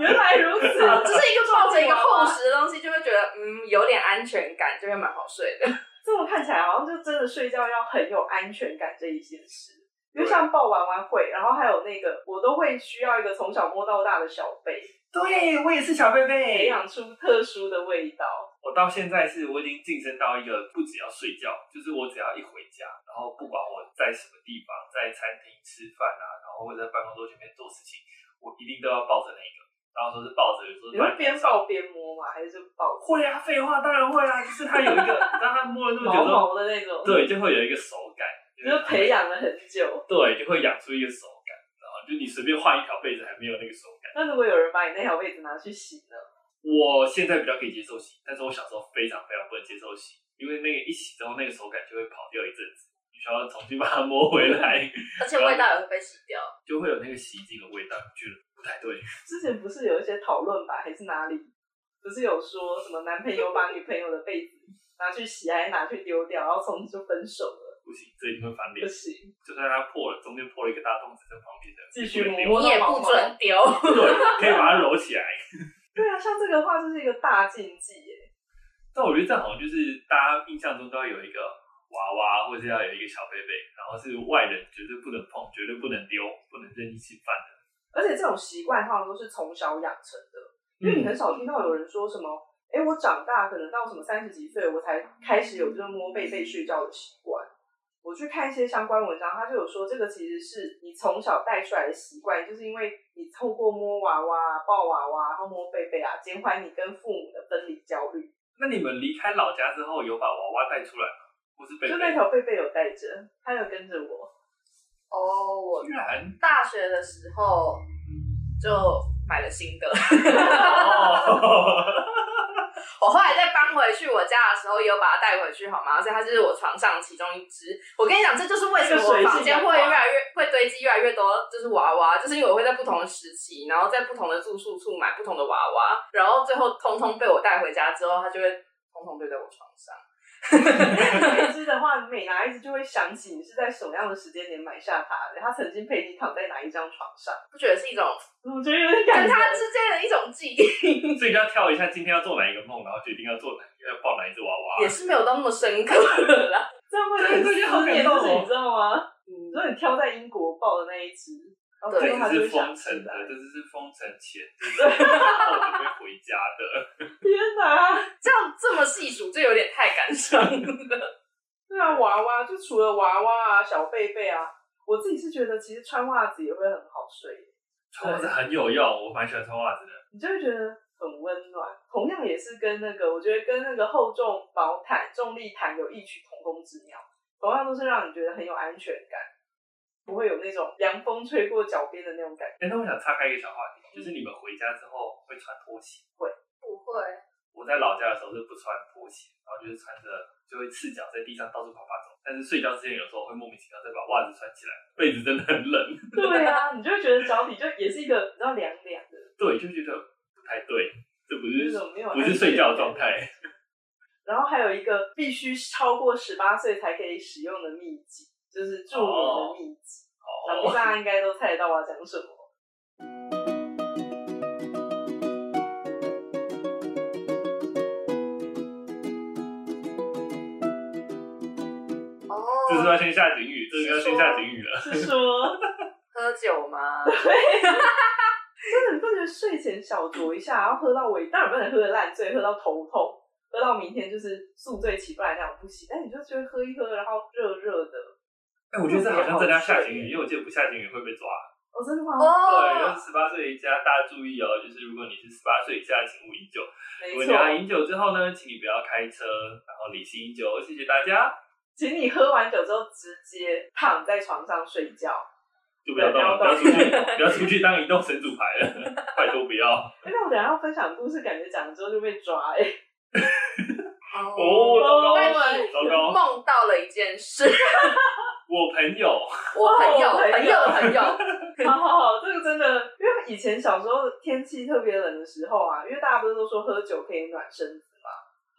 Speaker 1: 原来如此，
Speaker 3: 就是一个抱着一个厚实的东西，就会觉得嗯有点安全感，就会蛮好睡的。
Speaker 1: 这么看起来好像就真的睡觉要很有安全感这一件事。因为像抱娃娃会，然后还有那个，我都会需要一个从小摸到大的小被，
Speaker 2: 对，我也是小贝
Speaker 1: 培
Speaker 2: 贝。
Speaker 1: 养出特殊的味道。
Speaker 2: 我到现在是我已经晋升到一个不只要睡觉，就是我只要一回家，然后不管我在什么地方，在餐厅吃饭啊，然后或者在办公桌前面做事情，我一定都要抱着那个，然后说是抱着，有时候
Speaker 1: 你会边抱边摸吗？还是就
Speaker 2: 嗯
Speaker 1: 抱
Speaker 2: 会啊，废话当然会啊，就是它有一个，当它摸了那么久
Speaker 1: 毛
Speaker 2: 之后，
Speaker 1: 毛的那种？，
Speaker 2: 对，就会有一个手感，
Speaker 1: 你就培养了很久。
Speaker 2: 对，就会养出一个手感，然后就你随便换一条被子还没有那个手感。
Speaker 1: 那如果有人把你那条被子拿去洗呢？
Speaker 2: 我现在比较可以接受洗，但是我小时候非常非常不能接受洗，因为那个一洗之后，那个手感就会跑掉一阵子，你需要重新把它摸回来，
Speaker 3: 而且味道也会被洗掉，
Speaker 2: 就会有那个洗衣精的味道，觉得不太对。
Speaker 1: 之前不是有一些讨论吧，还是哪里？不是有说什么男朋友把女朋友的被子拿去洗，还是拿去丢掉，然后从此就分手了？
Speaker 2: 不行，这一定会翻脸
Speaker 1: 不。行，
Speaker 2: 就算它破了，中间破了一个大洞，只剩旁边的，
Speaker 1: 继续
Speaker 2: 留
Speaker 1: 摸
Speaker 3: 你也不准丢。
Speaker 2: 对，可以把它揉起来。
Speaker 1: 对啊，像这个话就是一个大禁忌耶。
Speaker 2: 但我觉得这好像就是大家印象中都要有一个娃娃，或者要有一个小贝贝，然后是外人绝对不能碰，绝对不能丢，不能任意侵犯的。
Speaker 1: 而且这种习惯通常都是从小养成的，
Speaker 2: 嗯
Speaker 1: 因为你很少听到有人说什么，哎、我长大可能到什么三十几岁，我才开始有这个摸被被睡觉的习惯。我去看一些相关文章，他就有说，这个其实是你从小带出来的习惯，就是因为你透过摸娃娃、抱娃娃，然后摸被被啊，减缓你跟父母的分离焦虑。
Speaker 2: 那你们离开老家之后，有把娃娃带出来吗？或是贝
Speaker 1: 就那
Speaker 2: 贝？
Speaker 1: 条被被有带着，他有跟着我，
Speaker 3: 哦，我
Speaker 2: 居然
Speaker 3: 大学的时候就买了新的。
Speaker 2: 哦，
Speaker 3: 我后来再搬回去我家的时候，也有把它带回去，好吗？所以它就是我床上其中一只。我跟你讲，这就是为什么我房间会越来越会堆积越来越多，就是娃娃，就是因为我会在不同的时期，然后在不同的住宿处买不同的娃娃，然后最后通通被我带回家之后，它就会通通堆在我床上。
Speaker 1: 每一只的话，你每拿一只就会想起你是在什么样的时间点买下它的，它曾经陪你躺在哪一张床上，
Speaker 3: 不觉得是一种
Speaker 1: 我觉得有点
Speaker 3: 跟
Speaker 1: 感人
Speaker 3: 它之间的一种记忆，
Speaker 2: 所以就要跳一下，今天要做哪一个梦，然后决定要做哪要抱哪一只娃娃。
Speaker 3: 也是没有到那么深刻了啦。
Speaker 1: 这样会很思念哦自己，你知道吗？
Speaker 3: 嗯
Speaker 1: 你说你挑在英国抱的那一只，然后
Speaker 2: 这
Speaker 1: 最后他
Speaker 2: 只
Speaker 1: 就是想
Speaker 2: 封
Speaker 1: 起
Speaker 2: 城
Speaker 1: 来
Speaker 2: 的，。这只是封城 前，这只是我准备回家的。
Speaker 1: 天哪！
Speaker 3: 这样这么细数，就有点太感伤了。
Speaker 1: 对啊，娃娃就除了娃娃啊、小贝贝啊，我自己是觉得其实穿袜子也会很好睡，
Speaker 2: 穿袜子很有用，我蛮喜欢穿袜子的。
Speaker 1: 你就会觉得很温暖。同样也是跟那个，我觉得跟那个厚重薄毯、重力毯有异曲同工之妙，同样都是让你觉得很有安全感，不会有那种凉风吹过脚边的那种感觉。
Speaker 2: 哎、那我想岔开一个小话题，
Speaker 1: 嗯
Speaker 2: 就是你们回家之后会穿拖鞋？
Speaker 3: 不会。
Speaker 2: 我在老家的时候是不穿拖鞋，然后就是穿着就会赤脚在地上到处跑跑走。但是睡觉之前有时候会莫名其妙再把袜子穿起来，被子真的很冷，
Speaker 1: 对啊，你就会觉得脚底就也是一个比较凉凉的。
Speaker 2: 对，就觉得不太对。这不
Speaker 1: 就是是没有
Speaker 2: 不是睡觉状态。
Speaker 1: 然后还有一个必须超过十八岁才可以使用的秘籍，就是助眠的秘籍。想必
Speaker 2: 哦，
Speaker 1: 大家应该都猜得到我要讲什么。
Speaker 3: 哦，
Speaker 2: 这是要先下警语，这是要先下警语了。
Speaker 1: 是说，
Speaker 3: 喝酒吗？
Speaker 1: 真的你不觉得睡前小酌一下，然后喝到尾，当然不能喝的烂醉，喝到头痛，喝到明天就是宿醉起不来那种不行。但你就觉得喝一喝，然后热热的，
Speaker 2: 哎， 我觉得这好像真的要下警语，因为我记得不下警语会被抓。
Speaker 1: 哦，真的吗？
Speaker 2: 对，要
Speaker 3: 哦，
Speaker 2: 十八岁以下，大家注意哦，就是如果你是十八岁以下，请勿饮酒。如
Speaker 1: 没
Speaker 2: 果你要
Speaker 1: 错，
Speaker 2: 饮酒之后呢，请你不要开车，然后理性饮酒，谢谢大家。
Speaker 1: 请你喝完酒之后直接躺在床上睡觉。
Speaker 2: 就不要动了，不要出去，不要出去当移动神主牌了， 拜托不要。
Speaker 1: 哎、那我等一下要分享的故事，感觉讲了之后就被抓哎、
Speaker 2: 哦，糟糕
Speaker 3: 我以为，
Speaker 2: 糟糕，
Speaker 3: 梦到了一件事，
Speaker 2: 我朋友，
Speaker 3: 我朋友
Speaker 1: 哦我
Speaker 3: 朋
Speaker 1: 朋
Speaker 3: 友
Speaker 1: 友
Speaker 3: 的朋友，
Speaker 1: 好好好，这个真的，因为以前小时候天气特别冷的时候啊，因为大家不是都说喝酒可以暖身子嘛，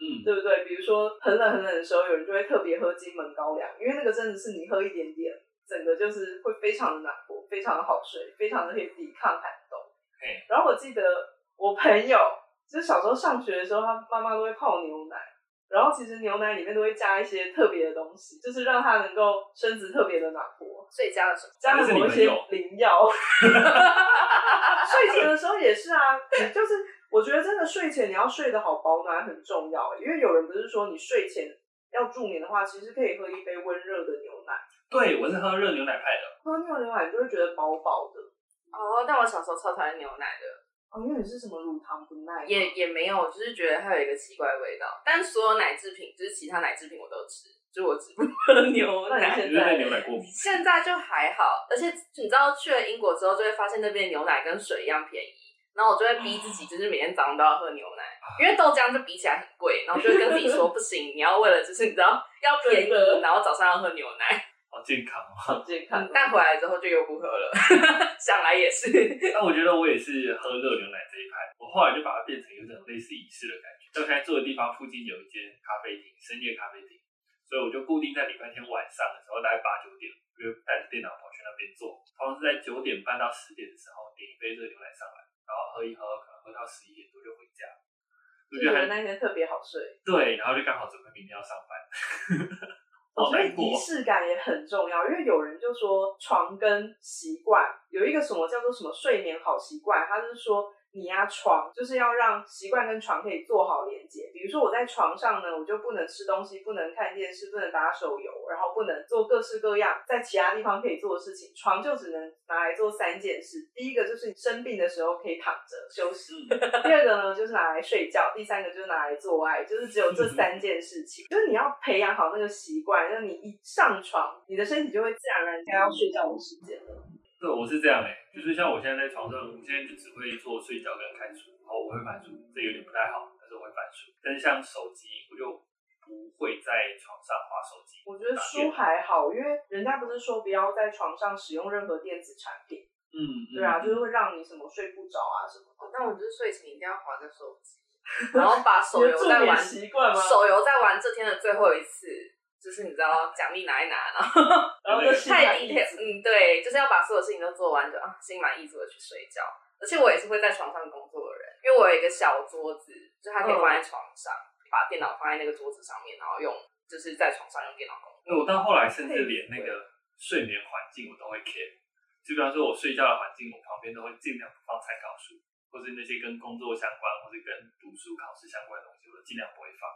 Speaker 2: 嗯，
Speaker 1: 对不对？比如说很冷很冷的时候，有人就会特别喝金门高粱，因为那个真的是你喝一点点，整个就是会非常的暖和，非常的好睡，非常的可以抵抗寒冬
Speaker 2: 嘿。
Speaker 1: 然后我记得我朋友，就是小时候上学的时候，他妈妈都会泡牛奶。然后其实牛奶里面都会加一些特别的东西，就是让它能够身子特别的暖和。
Speaker 3: 所以加了什么？
Speaker 1: 加了某一些灵药。 睡前的时候也是啊，你就是我觉得真的睡前你要睡得好保暖很重要、欸因为有人不是说你睡前要助眠的话，其实可以喝一杯温热的牛奶，
Speaker 2: 对我是喝热牛奶派的，
Speaker 1: 喝那种牛奶你就会觉得饱饱的。
Speaker 3: 哦，但我小时候超讨厌牛奶的，
Speaker 1: 哦，因为你是什么乳糖不耐，
Speaker 3: 也也没有，就是觉得它有一个奇怪的味道。但所有奶制品，就是其他奶制品我都吃，就我只不喝牛
Speaker 1: 那你
Speaker 3: 奶。
Speaker 1: 现
Speaker 2: 你是对
Speaker 1: 在
Speaker 2: 牛奶过敏。
Speaker 3: 现在就还好，而且你知道去了英国之后，就会发现那边的牛奶跟水一样便宜。然后我就会逼自己，就是每天早上都要喝牛奶，因为豆浆就比起来很贵。然后就会跟自己 说，不行，你要为了就是你知道要便
Speaker 1: 真的
Speaker 3: 宜，然后早上要喝牛奶。
Speaker 2: 好健康哦！
Speaker 1: 好健康哦。
Speaker 3: 嗯但回来之后就又不喝了， 想来也是。
Speaker 2: 但我觉得我也是喝热牛奶这一派，我后来就把它变成有种类似仪式的感觉。到现在住的地方附近有一间咖啡厅，深夜咖啡厅，所以我就固定在礼拜天晚上的时候，大概八九点，我就带着电脑跑去那边坐。通常是在九点半到十点的时候点一杯热牛奶上来，然后喝一喝，可能喝到十一点多就回家。我
Speaker 1: 就
Speaker 2: 觉得
Speaker 1: 觉
Speaker 2: 还
Speaker 1: 得那天特别好睡，
Speaker 2: 对，然后就刚好准备明天要上班，
Speaker 1: 我
Speaker 2: 好
Speaker 1: 觉得
Speaker 2: 难
Speaker 1: 仪
Speaker 2: 过。哦
Speaker 1: 式感也很重要，因为有人就说床跟习惯有一个什么叫做什么睡眠好习惯，他就是说你呀、床就是要让习惯跟床可以做好连接。比如说我在床上呢，我就不能吃东西，不能看电视，不能打手游，然后不能做各式各样在其他地方可以做的事情。床就只能拿来做三件事，第一个就是你生病的时候可以躺着休息，第二个呢，就是拿来睡觉；第三个就是拿来做爱，就是只有这三件事情。就是你要培养好那个习惯，让你一上床，你的身体就会自然而然该要睡觉的时间了。
Speaker 2: 对，我是这样哎、
Speaker 1: 嗯
Speaker 2: 就是像我现在在床上，我现在就只会做睡觉跟看书，然后我会翻书，这有点不太好，但是我会翻书。但是像手机，我就不会在床上划手机。
Speaker 1: 我觉得书还好，因为人家不是说不要在床上使用任何电子产品，
Speaker 2: 嗯，嗯
Speaker 1: 对啊，就是会让你什么睡不着啊什么的。
Speaker 3: 但我就是睡前一定要划个手机，然后把手游在
Speaker 1: 你的
Speaker 3: 玩
Speaker 1: 助眠习惯吗？
Speaker 3: 手游在玩这天的最后一次，就是你知道奖励拿一拿，然后
Speaker 1: 然后就心
Speaker 3: 太
Speaker 1: 满
Speaker 3: 低
Speaker 1: 意
Speaker 3: 调，
Speaker 1: 足。
Speaker 3: 嗯，对，就是要把所有事情都做完，就啊心满意足的去睡觉。而且我也是会在床上工作的人，因为我有一个小桌子，就它可以放在床上，把电脑放在那个桌子上面，然后用就是在床上用电脑工作。
Speaker 2: 那我到后来甚至连那个睡眠环境我都会 care，就比方说我睡觉的环境，我旁边都会尽量不放参考书，或是那些跟工作相关，或是跟读书考试相关的东西，我都尽量不会放。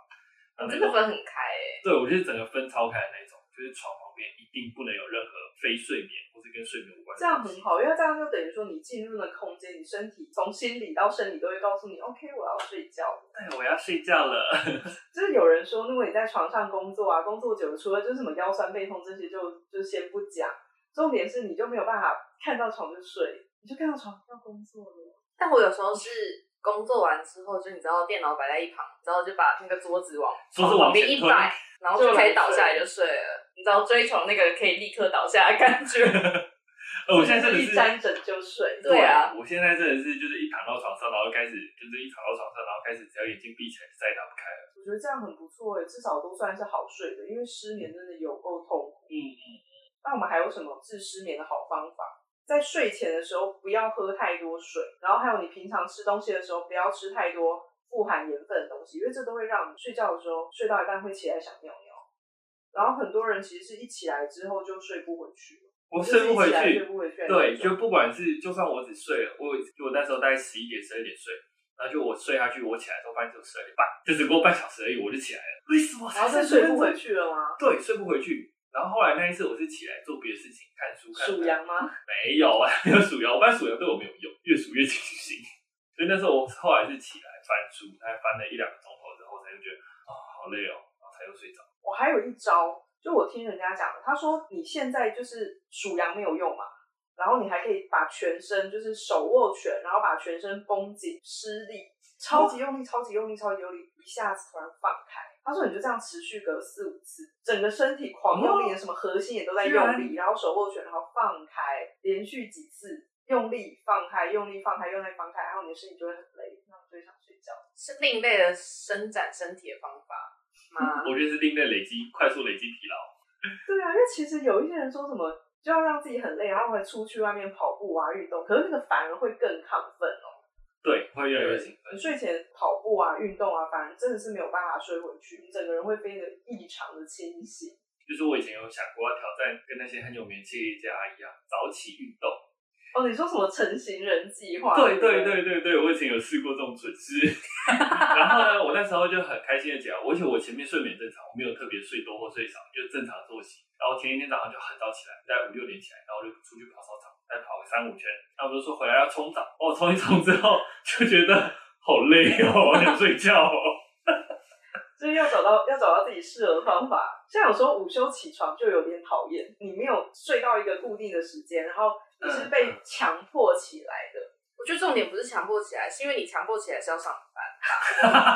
Speaker 3: 你
Speaker 1: 哦
Speaker 2: 那
Speaker 3: 真的
Speaker 2: 那种
Speaker 3: 分很开诶、
Speaker 2: 对，我就是整个分超开的那种，就是床旁边一定不能有任何非睡眠或是跟睡眠无关的
Speaker 1: 这样
Speaker 2: 东西
Speaker 1: 很好，因为这样就等于说你进入了空间，你身体从心理到生理都会告诉你，OK，我要睡觉了。
Speaker 2: 对，哎我要睡觉了。
Speaker 1: 就是有人说，如果你在床上工作啊，工作久了，除了就是什么腰酸背痛这些就，就先不讲。重点是你就没有办法看到床就睡，你就看到床要工作了。
Speaker 3: 但我有时候是工作完之后，就你知道电脑摆在一旁，然后就把那个桌子往
Speaker 2: 桌子
Speaker 3: 往
Speaker 2: 往
Speaker 3: 边
Speaker 2: 前
Speaker 3: 一
Speaker 2: 推，
Speaker 3: 摆， 然后就可以倒下来就睡了。你知道追求那个可以立刻倒下的感觉，
Speaker 2: 呃，我现在真的
Speaker 1: 一
Speaker 2: 是
Speaker 1: 沾枕就睡，
Speaker 3: 对啊，
Speaker 2: 我现在真的是就是一躺到床上，然后开始就是一躺到床上，然后开始只要眼睛闭起来就再也打不开了。
Speaker 1: 我觉得这样很不错欸诶，至少都算是好睡的，因为失眠真的有够痛苦。
Speaker 2: 嗯嗯，
Speaker 1: 那我们还有什么治失眠的好方法？在睡前的时候不要喝太多水，然后还有你平常吃东西的时候不要吃太多富含盐分的东西，因为这都会让你睡觉的时候睡到一半会起来想尿尿。然后很多人其实是一起来之后就睡不回去了，
Speaker 2: 我睡不回
Speaker 1: 就是一起来睡
Speaker 2: 去。
Speaker 1: 不回去的那
Speaker 2: 对，
Speaker 1: 种。
Speaker 2: 就不管是就算我只睡了，我就我那时候大概十一点十二点睡，然后就我睡下去，我起来的时候发现只有十二点半，就只过半小时而已，我就起来了。为什么？
Speaker 1: 然后再睡不回去了吗？
Speaker 2: 对，睡不回去。然后后来那一次我是起来做别的事情，看书看。
Speaker 1: 数羊吗？
Speaker 2: 没有啊， 没有数羊，我发现数羊对我没有用，越数越清醒。所以那时候我后来是起来翻书，大概翻了一两个钟头之后，才就觉得啊、好累哦，然后才又睡着。
Speaker 1: 我还有一招，就我听人家讲的，他说你现在就是数羊没有用嘛，然后你还可以把全身就是手握拳，然后把全身绷紧施力，超级用力，超级用力，超级用力，一下子突然放开。他说你就这样持续个四五次，整个身体狂用力，什么核心也都在用力，然后手握拳，然后放开，连续几次用力放开，用力放开，用力放开，然后你的身体就会很累，然后就会想睡觉。
Speaker 3: 是另类的伸展身体的方法吗？
Speaker 2: 我觉得是另类累积，快速累积疲劳。
Speaker 1: 对啊，因为其实有一些人说什么就要让自己很累，然后会出去外面跑步啊、运动，可是那个反而会更亢奋哦。
Speaker 2: 对，会越来越兴奋
Speaker 1: 你。睡前跑步啊、运动啊，反而真的是没有办法睡回去，你整个人会变得异常的清醒。
Speaker 2: 就是我以前有想过要挑战跟那些很有名的企业家一样，早起运动。
Speaker 1: 哦，你说什么成型人计划？
Speaker 2: 对
Speaker 1: 不
Speaker 2: 对对对对，我以前有试过这种蠢事。然后呢，我那时候就很开心的讲，而且我前面睡眠正常，我没有特别睡多或睡少，就正常作息。然后前一天早上就很早起来，在五六点起来，然后就出去跑操场，再跑个三五圈。他们就说回来要冲澡，我冲一冲之后就觉得好累哦，我想睡觉哦。
Speaker 1: 所以要找到要找到自己适合的方法。像有时候午休起床就有点讨厌，你没有睡到一个固定的时间，然后你是
Speaker 2: 嗯
Speaker 1: 被强迫起来的。
Speaker 3: 我觉得重点不是强迫起来，是因为你强迫起来是要上班。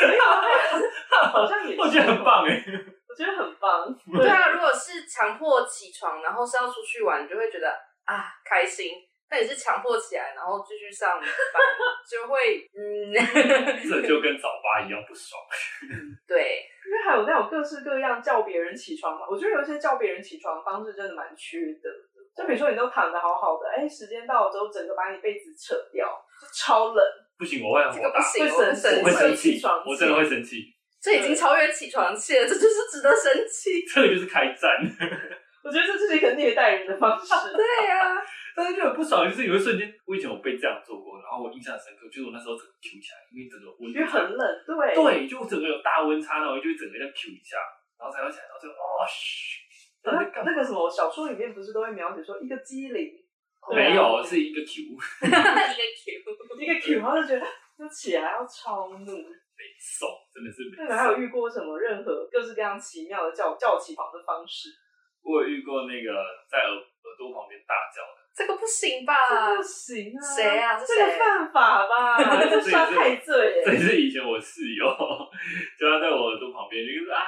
Speaker 1: 没有啊，好像 也是
Speaker 2: 我觉得很棒哎，
Speaker 1: 我觉得很 棒。
Speaker 3: 对啊，如果是强迫起床，然后是要出去玩，你就会觉得啊开心。那你是强迫起来，然后继续上班，就会嗯，
Speaker 2: 这就跟早八一样不爽。
Speaker 3: 对，
Speaker 1: 因为还有那种各式各样叫别人起床嘛，我觉得有一些叫别人起床的方式真的蛮缺德的。就比如说你都躺得好好的，哎、时间到了之后，整个把你被子扯掉，就超冷。
Speaker 2: 不行，我会很
Speaker 3: 这
Speaker 2: 火
Speaker 3: 个不
Speaker 2: 大，
Speaker 3: 行，
Speaker 1: 会
Speaker 3: 我不
Speaker 1: 生
Speaker 3: 生
Speaker 2: 我会生
Speaker 3: 气，
Speaker 1: 起
Speaker 2: 气
Speaker 1: 床，气
Speaker 2: 我真的会生气，
Speaker 3: 这已经超越起床气了，这就是值得生气。
Speaker 2: 这个就是开战。
Speaker 1: 我觉得这就是一个虐待人的 方式。
Speaker 3: 对啊，
Speaker 2: 但是就很不爽，就是有一瞬间，我以前有被这样做过，然后我印象深刻，就是我那时候整个 Q 起来，因为整个温
Speaker 1: 因为
Speaker 2: 度
Speaker 1: 很冷，对，
Speaker 2: 对，就我整个有大温差，然后我就会整个这样 Q 一下，然后才会想到就哦嘘，到底在
Speaker 1: 那
Speaker 2: 干
Speaker 1: 那
Speaker 2: 嘛？
Speaker 1: 个什么小说里面不是都会描写说一个机灵，对啊
Speaker 2: 没有，是一个 Q，
Speaker 3: 一个 Q，
Speaker 1: 一个 Q，然后就觉得就起来要超怒。
Speaker 2: 没送，真的是没
Speaker 1: 那你啊们还有
Speaker 2: 送。
Speaker 1: 遇过什么任何各式各样奇妙的叫叫起床的方式？
Speaker 2: 我有遇过那个在耳耳朵旁边大叫的，
Speaker 3: 这个不行
Speaker 1: 这
Speaker 3: 吧
Speaker 1: 不？行啊！
Speaker 3: 谁啊
Speaker 1: 这
Speaker 3: 是
Speaker 1: 个
Speaker 3: 谁
Speaker 1: 犯法吧？这伤害罪耶！
Speaker 2: 这是以前我室友，就他在我耳朵旁边就说啊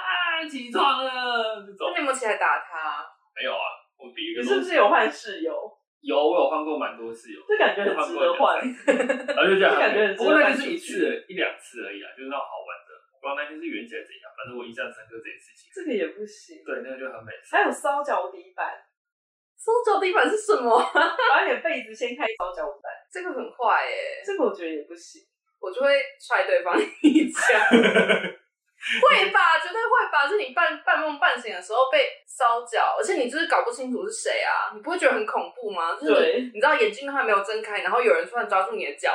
Speaker 2: 起床了这种
Speaker 3: 那你，有没有起来打他？
Speaker 2: 没有啊，我比一个
Speaker 1: 你
Speaker 2: 都
Speaker 1: 是不是有换室友？
Speaker 2: 有，我有换过蛮多室友，
Speaker 1: 这 感觉很值得换。
Speaker 2: 然啊后就 这样，
Speaker 1: 感觉很
Speaker 2: 不过那
Speaker 1: 值得搬
Speaker 2: 就
Speaker 1: 出
Speaker 2: 是一
Speaker 1: 去
Speaker 2: 次一两次而已啊，就是那种好玩的。我不知道那天是缘起还是怎样，反正我印象深刻这件事情。
Speaker 1: 这个也不行。
Speaker 2: 对，那个就很美。
Speaker 1: 还有烧脚底板，
Speaker 3: 搜脚地板是什么？
Speaker 1: 把你的被子掀开烧脚底板，
Speaker 3: 这个很坏耶、
Speaker 1: 这个我觉得也不行。
Speaker 3: 我就会踹对方一 脚。会吧，绝对会吧。是你半半梦半醒的时候被烧脚，而且你就是搞不清楚是谁啊，你不会觉得很恐怖吗？就是
Speaker 1: 对，
Speaker 3: 你你知道眼睛都还没有睁开，然后有人突然抓住你的脚，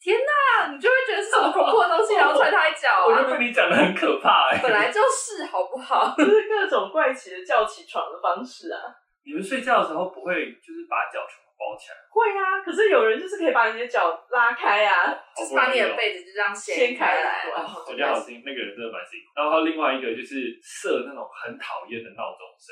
Speaker 3: 天哪，你就会觉得是什么恐怖的东西，然后踹他一脚
Speaker 2: 我就
Speaker 3: 啊。
Speaker 2: 被你讲的很可怕哎、
Speaker 3: 本来就是好不好？
Speaker 1: 就是各种怪奇的叫起床的方式啊。
Speaker 2: 你们睡觉的时候不会就是把脚全部包起来，
Speaker 1: 会啊，可是有人就是可以把你的脚拉开啊。
Speaker 2: 好
Speaker 3: 就是
Speaker 2: 不
Speaker 3: 把
Speaker 2: 容
Speaker 3: 你
Speaker 2: 易
Speaker 3: 的
Speaker 2: 哦。
Speaker 3: 被子就这样
Speaker 1: 掀
Speaker 3: 掀
Speaker 1: 开
Speaker 3: 开
Speaker 1: 来
Speaker 3: 来，
Speaker 2: 啊，我觉得好辛苦，那个人真的蛮辛苦。然后还有另外一个就是设那种很讨厌的闹钟声，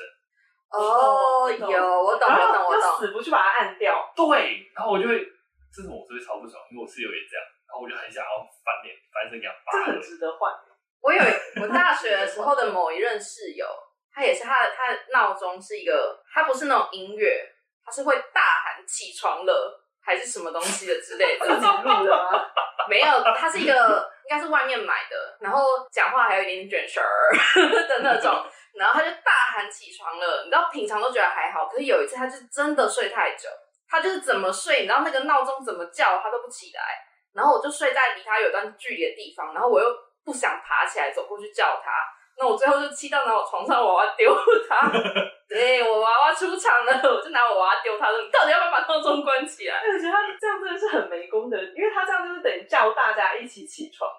Speaker 3: 哦，有，我懂，我
Speaker 1: 然
Speaker 3: 懂，
Speaker 1: 后
Speaker 3: 我
Speaker 1: 啊要
Speaker 3: 懂。
Speaker 1: 死不去把它按掉，
Speaker 2: 对，然后我就会，这种我就会超不爽，因为我室友也这样，然后我就很想要翻脸翻身给他
Speaker 1: 这
Speaker 2: 扒
Speaker 1: 很
Speaker 2: 了。
Speaker 1: 值得换。
Speaker 3: 我有我大学的时候的某一任室友，他也是他的他的闹钟是一个，他不是那种音乐，他他是会大喊起床了还是什么东西的之类的
Speaker 1: 自己录的吗？
Speaker 3: 没有，它是一个应该是外面买的，然后讲话还有一点卷舌儿的那种，然后他就大喊起床了。你知道平常都觉得还好，可是有一次他就是真的睡太久，他就是怎么睡，你知道那个闹钟怎么叫他都不起来，然后我就睡在离他有段距离的地方，然后我又不想爬起来走过去叫他。那我最后就气到拿我床上的娃娃丢他，对我娃娃出场了，我就拿我娃娃丢他说：“你到底要不要把闹钟关起来？”
Speaker 1: 哎我觉得他这样真的是很没功德，因为他这样就是等于叫大家一起起床。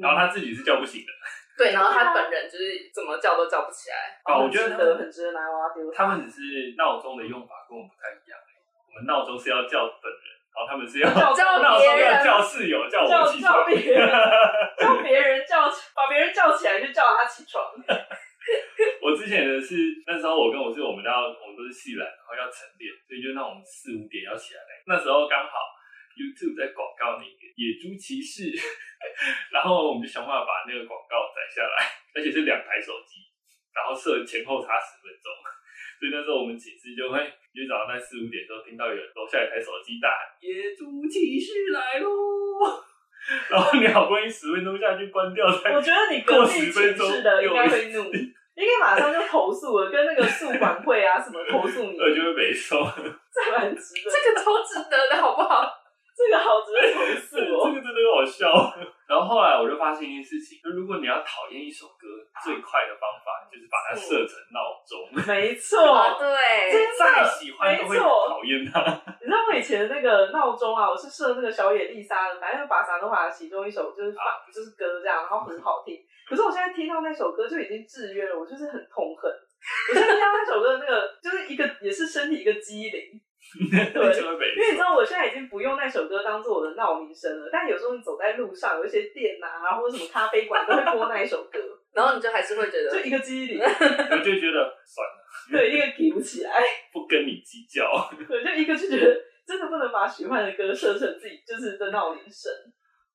Speaker 2: 然后他自己是叫不醒的。
Speaker 3: 对，然后他本人就是怎么叫都叫不起来。
Speaker 2: 啊，我觉得
Speaker 1: 哦很值
Speaker 2: 他
Speaker 1: 得
Speaker 2: 们
Speaker 1: 很值得拿娃娃丢。
Speaker 2: 他们只是闹钟的用法跟我们不太一样、欸。我们闹钟是要叫本人，然后他们是要
Speaker 1: 叫
Speaker 3: 叫
Speaker 2: 闹钟
Speaker 3: 别
Speaker 2: 要
Speaker 3: 人
Speaker 2: 叫室友，叫我
Speaker 1: 叫
Speaker 2: 起床
Speaker 1: 叫。别人，叫别人叫把别人叫起来就叫他起床。
Speaker 2: 我之前的是那时候我跟我室友，我们要我们都是系篮，然后要晨练，所以就那种四五点要起来的。那时候刚好 YouTube 在广告那个野猪骑士，然后我们就想办法把那个广告载下来，而且是两台手机，然后设前后差十分钟。所以那时候我们寝室就会，就早上在四五点的时候听到有人楼下一台手机大喊“野猪骑士来喽”，然后你好不容易十分钟下去关掉 才
Speaker 1: 我觉得你
Speaker 2: 过
Speaker 1: 隔壁
Speaker 2: 十
Speaker 1: 寝
Speaker 2: 分钟
Speaker 1: 室的应该会怒，
Speaker 2: 有一次
Speaker 1: 应该马上就投诉了，跟那个宿管会啊什么投诉 你，
Speaker 2: 我就会没收。
Speaker 1: 这蛮值得，
Speaker 3: 这个超值得的，好不好？
Speaker 1: 这个好值得投诉
Speaker 2: 这
Speaker 1: 哦。
Speaker 2: 个真的很好笑。然后后来我就发现一件事情，就如果你要讨厌一首歌，最快的方法就是把它设成闹钟。
Speaker 1: 没
Speaker 3: 啊，
Speaker 1: 错，
Speaker 3: 对，
Speaker 1: 真
Speaker 2: 再
Speaker 1: 的。
Speaker 2: 喜欢都会
Speaker 1: 没错
Speaker 2: 讨厌它。
Speaker 1: 你知道我以前那个闹钟啊，我是设那个小野丽莎的，反正把萨诺瓦的其中一首就是法就是歌这样，然后很好听。可是我现在听到那首歌就已经制约了，我就是很痛恨。我现在听到那首歌，那个就是一个也是身体一个机灵，对
Speaker 2: 就会被
Speaker 1: 因为你知道，我现在已经不用那首歌当做我的闹铃声了，但有时候你走在路上，有一些店啊，或者什么咖啡馆都会播那一首歌，
Speaker 3: 然后你就还是会觉
Speaker 1: 就
Speaker 3: 得，
Speaker 1: 一个记忆里，
Speaker 2: 我就觉得算了，
Speaker 1: 对，一个提不起来，
Speaker 2: 不跟你计较。
Speaker 1: 对，就一个就觉得真的不能把喜欢的歌设成自己就是的闹铃声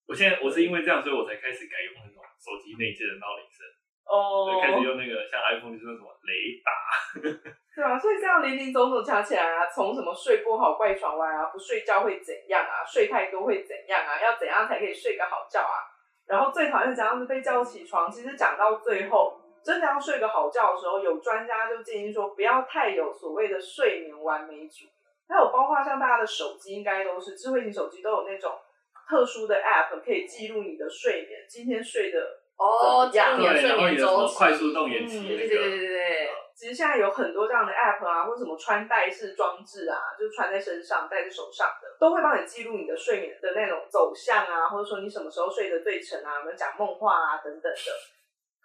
Speaker 2: 我现在我是因为这样，所以我才开始改用那种手机内建的闹铃声，
Speaker 1: 哦
Speaker 2: 就开始用那个像 iPhone 就是那什么雷达，
Speaker 1: 对啊，所以这样零零总总加起来啊，从什么睡不好怪床歪啊，不睡觉会怎样啊，睡太多会怎样啊，要怎样才可以睡个好觉啊？然后最讨厌怎样子被叫起床。其实讲到最后，真的要睡个好觉的时候，有专家就建议说，不要太有所谓的睡眠完美主义。还有包括像大家的手机，应该都是智慧型手机都有那种特殊的 App 可以记录你的睡眠，今天睡的
Speaker 3: 哦，这样
Speaker 1: 对
Speaker 3: 你的
Speaker 2: 对，
Speaker 3: 睡
Speaker 2: 然后
Speaker 3: 眠
Speaker 2: 你的什
Speaker 3: 周
Speaker 2: 么
Speaker 3: 期，
Speaker 2: 快速动眼期
Speaker 1: 嗯
Speaker 3: 对
Speaker 2: 那
Speaker 3: 对对对
Speaker 2: 个，
Speaker 3: 对对，
Speaker 1: 其实现在有很多这样的 app 啊，或者什么穿戴式装置啊，就是穿在身上、戴在手上的，都会帮你记录你的睡眠的那种走向啊，或者说你什么时候睡得最沉啊，有没有讲梦话啊等等的。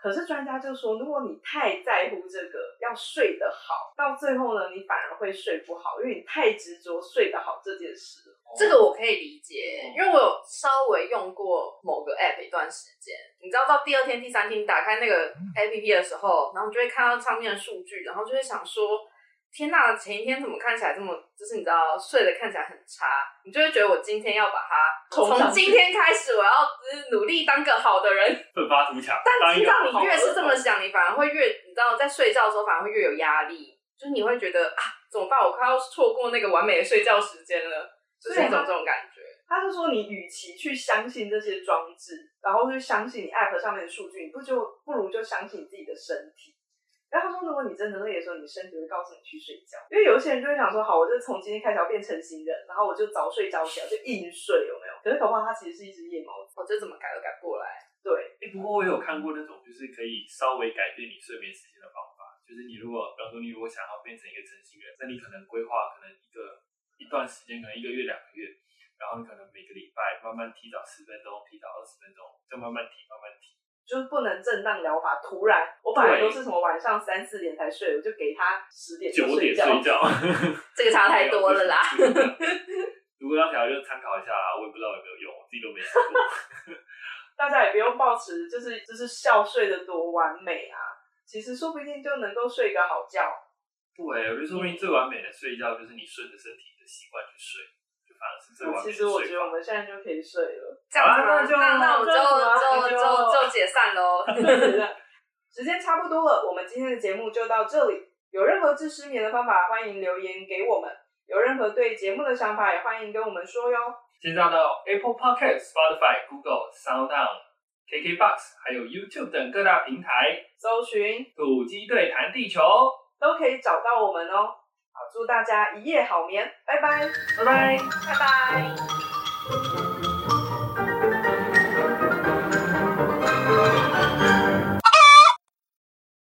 Speaker 1: 可是专家就说，如果你太在乎这个，要睡得好，到最后呢，你反而会睡不好，因为你太执着睡得好这件事了。
Speaker 3: 这个我可以理解，因为我有稍微用过某个 app 一段时间，你知道到第二天、第三天你打开那个 app 的时候，然后你就会看到上面的数据，然后就会想说，天呐，前一天怎么看起来这么，就是你知道睡得看起来很差，你就会觉得我今天要把它
Speaker 1: 冲上去
Speaker 3: 从今天开始，我要呃努力当个好的人，
Speaker 2: 奋发图强。
Speaker 3: 但
Speaker 2: 当一
Speaker 3: 知
Speaker 2: 个
Speaker 3: 道你
Speaker 2: 好
Speaker 3: 越是这么想，你反而会越，你知道，在睡觉的时候反而会越有压力，就是你会觉得啊，怎么办？我快要错过那个完美的睡觉时间了，就是一
Speaker 1: 对
Speaker 3: 种
Speaker 1: 啊
Speaker 3: 这种感觉。
Speaker 1: 他就说，你与其去相信这些装置，然后去相信你 app 上面的数据，你不就不如就相信你自己的身体。然后他说，如果你真的累的时候，你身体会告诉你去睡觉，因为有一些人就会想说，好，我就从今天开始要变成型人，然后我就早睡早起，我啊就硬睡，有没有？可是搞不好他其实是一只夜猫子。
Speaker 3: 我这怎么改都改不过来。
Speaker 1: 对，
Speaker 2: 欸，不过我有看过那种，就是可以稍微改变你睡眠时间的方法，就是你如果，比方说你如果想要变成一个成型人，那你可能规划可能一个一段时间，可能一个月、两个月，然后你可能每个礼拜慢慢提早十分钟，提早二十分钟，再慢慢提，慢慢提。
Speaker 1: 就是不能震荡疗法。突然，我本来都是什么晚上三四点才睡，我就给他十点就
Speaker 2: 九点
Speaker 1: 觉。
Speaker 2: 睡 觉，
Speaker 3: 这个差太多了啦
Speaker 2: 没有。不是不是这样如果要调就参考一下啦，我也不知道有没有用，我自己都没试过。
Speaker 1: 大家也不用抱持就是就是笑睡得多完美啊，其实说不定就能够睡个好觉。
Speaker 2: 对，我就说明最完美的睡觉就是你顺着身体的习惯去睡，就反而是最
Speaker 1: 那
Speaker 2: 完美
Speaker 1: 其
Speaker 2: 的
Speaker 1: 实
Speaker 2: 睡
Speaker 1: 我
Speaker 2: 法。
Speaker 1: 觉得我们现在就可以睡了。
Speaker 3: 这样子
Speaker 2: 好
Speaker 3: 吗
Speaker 2: 啦那就
Speaker 3: 那那我们就
Speaker 1: 那
Speaker 3: 就
Speaker 1: 就
Speaker 3: 就就解散喽。
Speaker 1: 时间差不多了，我们今天的节目就到这里。有任何治失眠的方法，欢迎留言给我们。有任何对节目的想法，也欢迎跟我们说哟。
Speaker 2: 现在到 Apple Podcast、Spotify、Google、SoundOn、KKBox，还有 YouTube 等各大平台，
Speaker 1: 搜寻
Speaker 2: 土鸡队谈地球，
Speaker 1: 都可以找到我们哦。好，祝大家一夜好眠，拜拜。
Speaker 2: 拜拜。
Speaker 3: 拜拜。